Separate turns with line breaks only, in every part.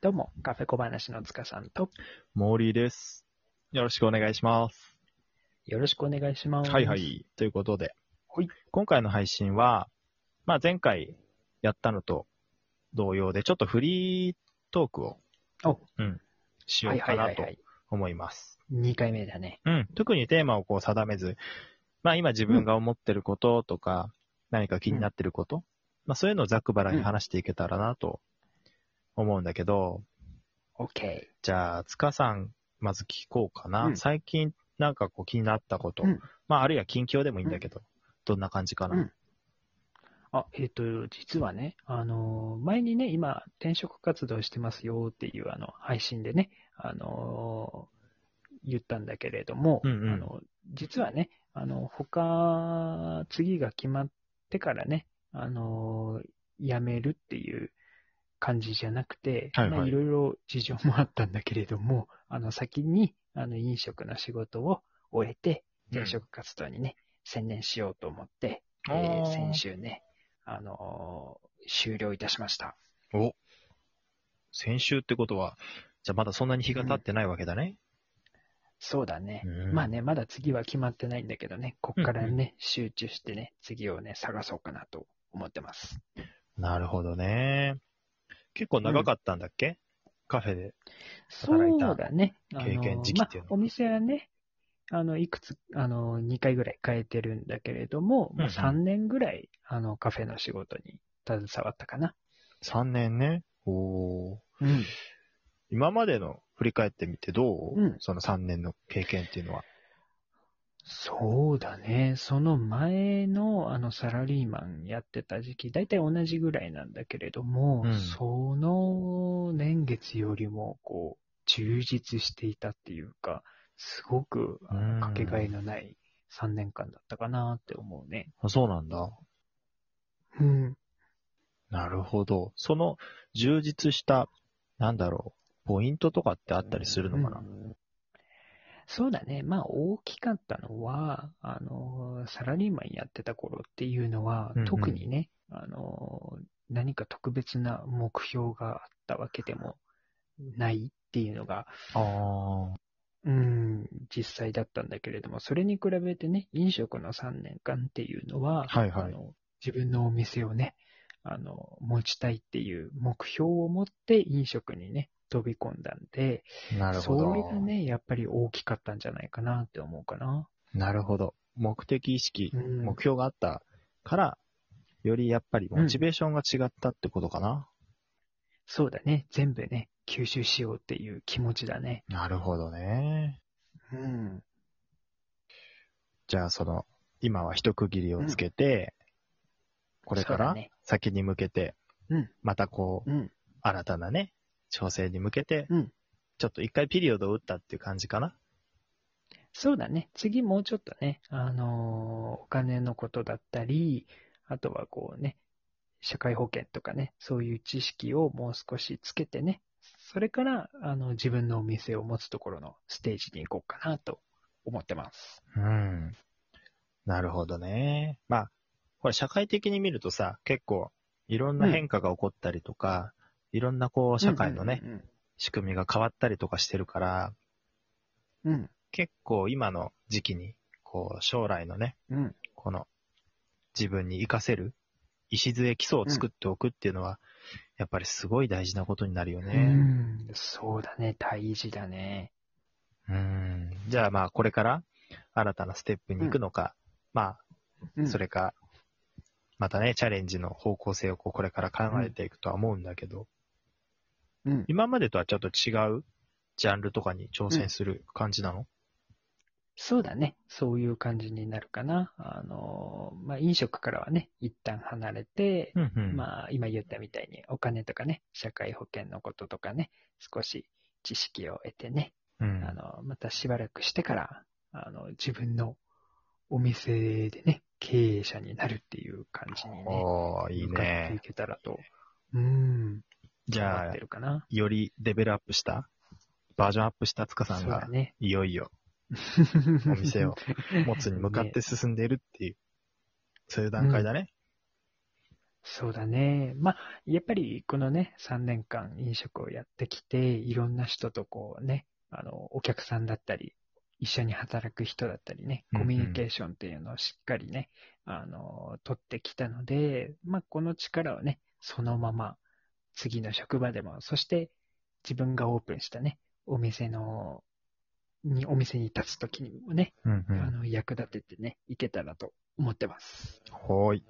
どうも、カフェ小話の塚さんと、
モーリーです。よろしくお願いします。
よろしくお願いします。
はいは。い。ということで、
はい
今回の配信は、まあ、前回やったのと同様で、ちょっとフリートークを、
お
うん、しよ
は
う
いは
か
いは
ないと
はい。
思います。
2回目だね。
うん。特にテーマをこう定めず、まあ、今自分が思ってることとか、何か気になってること、まあ、そういうのをざくばらに話していけたらなと思うんだけど、
OK。
じゃあ、塚さん、まず聞こうかな。
うん
最近、なんかこう気になったこと。
うん
まあ、あるいは近況でもいいんだけど、どんな感じかな。
うんあ、えっ、と、実はね、あのー、前にね、今、転職活動してますよっていう、あの、配信でね、あのー、言ったんだけれども、
うんうん
あの、実はね、あの、他、次が決まってからね、あのー、辞めるっていう感じじゃなくて、
はいはい
まあ、いろいろ事情もあったんだけれども、あの、先に、あの、飲食の仕事を終えて、転職活動にね、専念しようと思って、え
あ
ー
ー
先週ね、あのー終了いたしました。
お先週ってことは、じゃあまだそんなに日が経ってないわけだね。
そうだね。
うん
まあ。ね、まだ次は決まってないんだけどね、こっから
うん
ね、集中してね、次をね、探そうかなと思ってます。
なるほどね。結構長かったんだっけ、カフェで。
そう
働いた
だね。あ
経
の
験時期っていうのは
まあ、お店はね、あの、いくつ、あの、2回ぐらい変えてるんだけれども、まあ、
うんうん
3年ぐらい、あの、カフェの仕事に携わったかな。
3年ね。おー
うん。
今までの振り返ってみてどう、
うん
その3年の経験っていうのは。
そうだね。その前のあのサラリーマンやってた時期、だいたい同じぐらいなんだけれども、
うん
その年月よりもこう充実していたっていうか、すごくあ
う
の
ん
かけがえのない3年間だったかなって思うね。
あそうなんだ。
うん。
なるほど。その充実した、なんだろう、ポイントとかってあったりするのかな、
うんそうだね。まあ、大きかったのは、あの、サラリーマンやってた頃っていうのは、
うんうん
特にね、あの、何か特別な目標があったわけでもないっていうのが、
ああ。
うん、実際だったんだけれども、それに比べてね、飲食の3年間っていうのは、
はいはい
あの自分のお店をね、あの、持ちたいっていう目標を持って飲食にね、飛び込んだんで、
なるほ
そ
ど。
れがね、やっぱり大きかったんじゃないかなって思うかな。
なるほど。目的意識、
ん
目標があったから、よりやっぱりモチベーションが違ったってことかな、
そうだね。全部ね、吸収しようっていう気持ちだね。
なるほどね。
うん。
じゃあその、今は一区切りをつけて、これか
そうだ
ら
ね
先に向けて、
うん
またこう、
うん。
新たなね、調整に向けて、
うん
ちょっと一回ピリオドを打ったっていう感じかな
そうだね。次もうちょっとね、あのーお金のことだったり、あとはこうね、社会保険とかね、そういう知識をもう少しつけてね、それから、あの、自分のお店を持つところのステージに行こうかなと思ってます。
うん。なるほどね。まあ、これ社会的に見るとさ、結構いろんな変化が起こったりとか、いろんなこう社会のね、
うんうん
仕組みが変わったりとかしてるから、
うん。
結構今の時期に、こう将来のね、
うん。うん。
この自分に活かせる礎基礎を作っておくっていうのは、やっぱりすごい大事なことになるよ
う
ね。
ん、そうだね。大事だね。
うん。じゃあまあこれから新たなステップに行くのか、まあ
うん
それか、またね、チャレンジの方向性をこうこれから考えていくとは思うんだけど、
うん、
今までとはちょっと違うジャンルとかに挑戦する感じなの、
そうだね。そういう感じになるかな。あのー、まあ、飲食からはね、一旦離れて、
うん、うんあ、
まあ、今言ったみたいにお金とかね、社会保険のこととかね、少し知識を得てね、
うん
あの、またしばらくしてから、あの、自分のお店でね、経営者になるっていう感じにね、
おーいい
向かってい
ね。
けたらと、うん、
じ
思
ゃ
っ
あ
て、るかな。
よりレベルアップした、バージョンアップした塚さ
そ
ん
うだ
が、
ね。
いよいよお店 を持つに向かって進んでいるっていう、そういう段階だね。
そうだね。まあ、やっぱりこのね、3年間飲食をやってきて、いろんな人とこうね、あの、お客さんだったり、一緒に働く人だったりね、
うんう
コ
ん
ミュニケーションっていうのをしっかりね、あの、取ってきたので、まあ、この力をね、そのまま次の職場でも、そして自分がオープンしたね、お店の、に、お店に立つときにもね、
うんう
あ
ん。
の、役立ててね、いけたらと思ってます。
ほーい。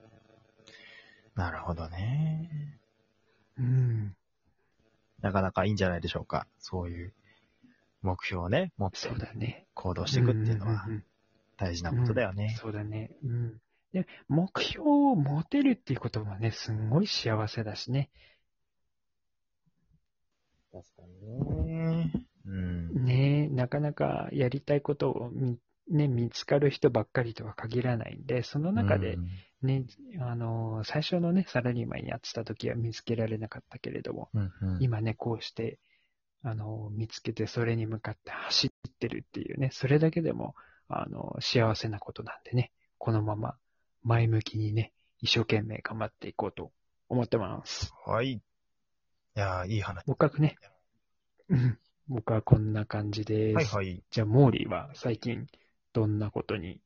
なるほどね。
うん。
なかなかいいんじゃないでしょうか。そういう目標をね、持って
そうだね。
行動していくっていうのは
んんん
大事なことだよね。
そうだね。うん。で、目標を持てるっていうこともね、すんごい幸せだしね。
確かにね。うん。
ねなかなかやりたいことをみ、ね、見つかる人ばっかりとは限らないんで、その中で
うん、
ね、あのー最初のね、サラリーマンやってた時は見つけられなかったけれども、
うんうん、
今ね、こうして、あのー見つけてそれに向かって走ってるっていうね、それだけでも、あのー幸せなことなんでね、このまま前向きにね、一生懸命頑張っていこうと思ってます。
はい。いやーいい話。
僕はね、うん僕はこんな感じです。
はいはい。
じゃあ、モーリーは最近、どんなことに、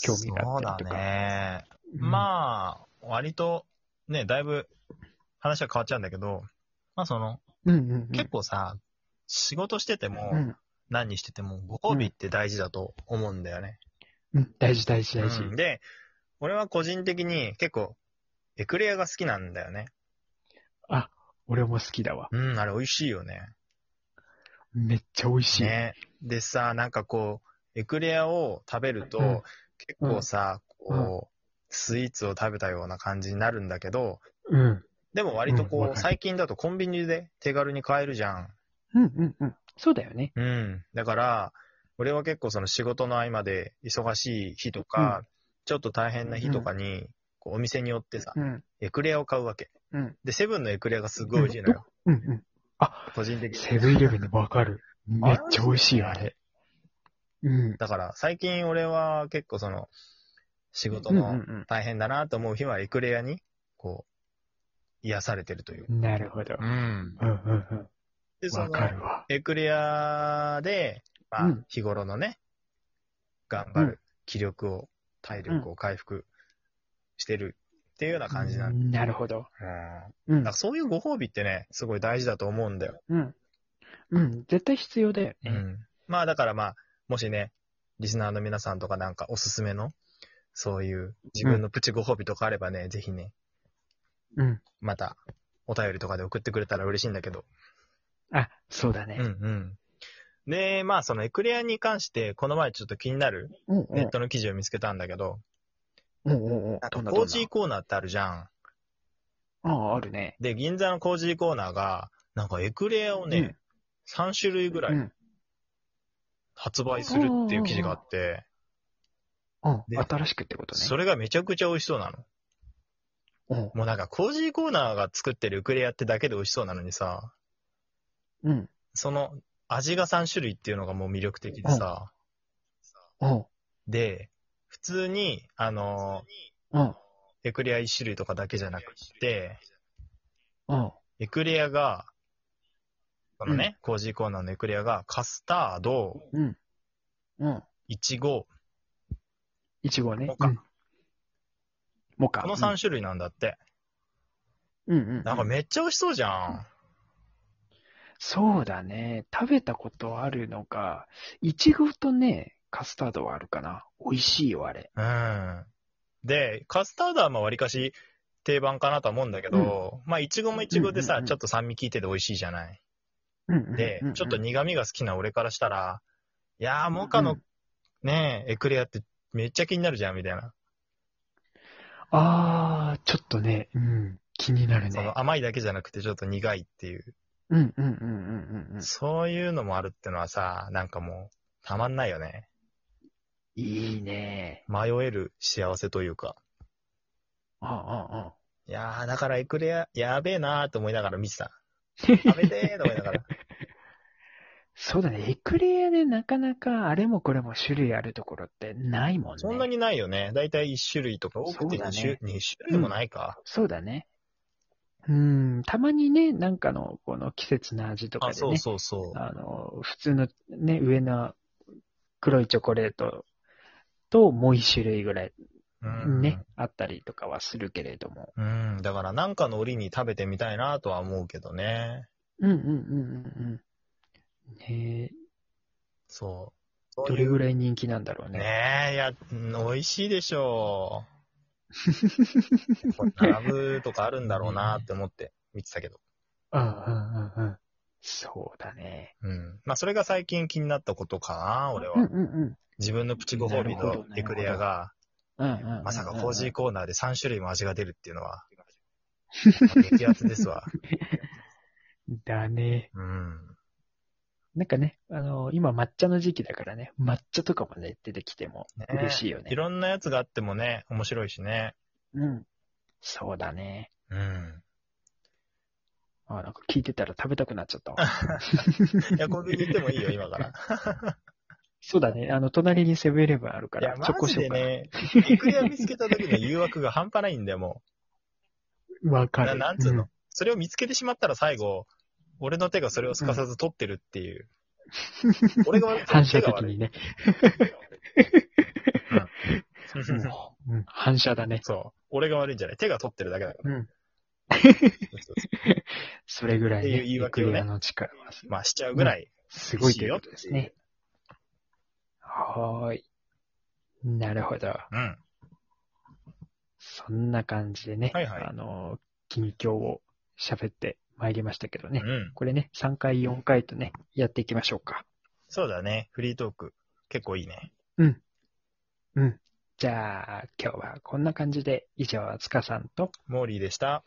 興味があったりとか
そうだね。まあ、割と、ね、だいぶ話は変わっちゃうんだけど、まあその、
あ、うんうんうん、
結構さ、仕事してても、
うん、
何してても、ご褒美って大事だと思うんだよね。
うん、大事大事大事。
うんで、俺は個人的に結構、エクレアが好きなんだよね。
あ、俺も好きだわ。
うん、あれ美味しいよね。
めっちゃ美味しい。
ね。でさ、なんかこう、エクレアを食べると、
うん
結構さ、
うん
こう、スイーツを食べたような感じになるんだけど、
うん。
でも割とこ
うん
う、
わかる
最近だとコンビニで手軽に買えるじゃん。
うんうんうん。そうだよね。
うん。だから、俺は結構その仕事の合間で忙しい日とか、ちょっと大変な日とかに、こうお店によってさ、
うん。
エクレアを買うわけ。
うん。
で、セブンのエクレアがすごい美味しいのよ。
うんうん。
個人的に。
セブンイレブンでわかる。めっちゃ美味しいよ、あれ。うん。
だから、最近俺は結構その、仕事
うんう
の
ん
大変だなと思う日はエクレアに、こう、癒されてるという。
うん。なるほど。
ん。
うんうんうん。
で、そ
わ
の、
かるわ。
エクレアで、ま
う
あ
ん、
日頃のね、頑張
うん
る気力を、体力を回復してるっていうような感じなんだ。
なるほど。
うん
う
だ
ん
から。そういうご褒美ってね、すごい大事だと思うんだよ。
うん。うん。絶対必要だよ
う
ね。
ん。まあだからまあ、もしね、リスナーの皆さんとかなんかおすすめの、そういう自分のプチご褒美とかあればね、ぜひね、
うん。
またお便りとかで送ってくれたら嬉しいんだけど。
あ、そうだ
うんう
ね。
ん。で、まあそのエクレアに関して、この前ちょっと気になる
うんう
ネ
ん
ッ。トの記事を見つけたんだけど、
うんうんうん。
な
ど
んか
んな
コ
ど
ー
ん
ジ
な
ーコーナーってあるじゃん。
ああ、あるね。
で、銀座のコージーコーナーが、なんかエクレアをね、
うん
3種類ぐら
う
い
ん。
発売するっていう記事があって、
う
で
ん。新しくってことね。
それがめちゃくちゃ美味しそうなの。
うん
もうなんかコージーコーナーが作ってるエクレアってだけで美味しそうなのにさ、
うん。
その味が3種類っていうのがもう魅力的でさ、
うん。
で、普通に、あの
うん。
エクレア1種類とかだけじゃなくて、
うん。
エクレアが、このね、コージーコーナーのエクレアが、カスタード、
うん。うん。
いちご、
いちごね。
モカ
うん。モカ。
この3種類なんだって。
うんうんうん。
なんかめっちゃ美味しそうじゃん。
そうだね。食べたことあるのが、いちごとね、カスタードはあるかな。美味しいよ、あれ。
うん。で、カスタードはまあ割かし定番かなとは思うんだけど、まあいちごもいちごで
うんう
さ
ん、うん
ちょっと酸味効いてて美味しいじゃない。
うんうんうんうん
で、ちょっと苦味が好きな俺からしたら、いやー、モカ
う
の
ん
ね、エクレアってめっちゃ気になるじゃん、みたいな。
あー、ちょっとね、うん。気になる
そ
ね。
の甘いだけじゃなくてちょっと苦いっていう。
うんうんうんうんうんうん。
そういうのもあるってのはさ、なんかもう、たまんないよね。
いいね。
迷える幸せというか。
ああ、ああ。
いやー、だからエクレア、やべえなーと思いながら見てた。食べてーと思いながら。
そうだね。エクレアでなかなかあれもこれも種類あるところってないもんね。
そんなにないよね。だいたい1種類とか多く
そ
て
うだ
2
ね
種,、二種類もないか。
そうだね。うん、たまにね、なんかの、この季節の味とか
あ、
で
そう
ね、
そうそう。
あの、普通のね、上の黒いチョコレートともう一種類ぐらい
うん、
ね、あったりとかはするけれども。
うん、だからなんかの折に食べてみたいなとは思うけどね。
うんうんうんうんうん。ねえ
そう。そう
どれぐ
い
らい人気なんだろう
う
ね。
ねえ、いや、うん美味しいでしょう。 これ並ぶとかあるんだろうなって思って見てたけど。
うんうんうんうん。そうだね。
うん。まあ、それが最近気になったことかな、俺
うん
は。
うんうん。
自分のプチご褒美
なるほ
の
どね
エクレアが、
うんうんうんうん
まさかコージーコーナーで3種類も味が出るっていう のは、激アツですわ。
だね。
うん。
なんかね、あの、今抹茶の時期だからね、抹茶とかもね、出てきても
ね
嬉しいよね。
いろんなやつがあってもね、面白いしね。
うん。そうだね。
うん。
あ、なんか聞いてたら食べたくなっちゃったわ。
いや、コンビニ行ってもいいよ、今から。
そうだね。あの、隣にセブンイレブンあるか
いや
ら、、チョ
マ
コ
ジ
ショ
で
コラ。
ね、エクレア見つけた時の誘惑が半端ないんだよ、も
わ
う。
か
な
る。
なんつうの、それを見つけてしまったら最後、俺の手がそれをすかさず取ってるっ ていう。俺が悪い。
反射
手が
的
悪い
にね。もううん反射だね。
そう。俺が悪いんじゃない手が取ってるだけだか
うん。
ら。
それぐらい
っていう言
ね、エ
い
ク
訳をね
レアの力は
まあ、しちゃうぐらい。
すごいということですね。はーい。なるほど。
うん。
そんな感じでね、
はいはい
あの、近況を喋ってまいりましたけど
う
ね。
ん。
これね、3回、4回とね、やっていきましょうか。
そうだね。フリートーク。結構いいね。
じゃあ、今日はこんな感じで、以上、つかさんと、
モーリーでした。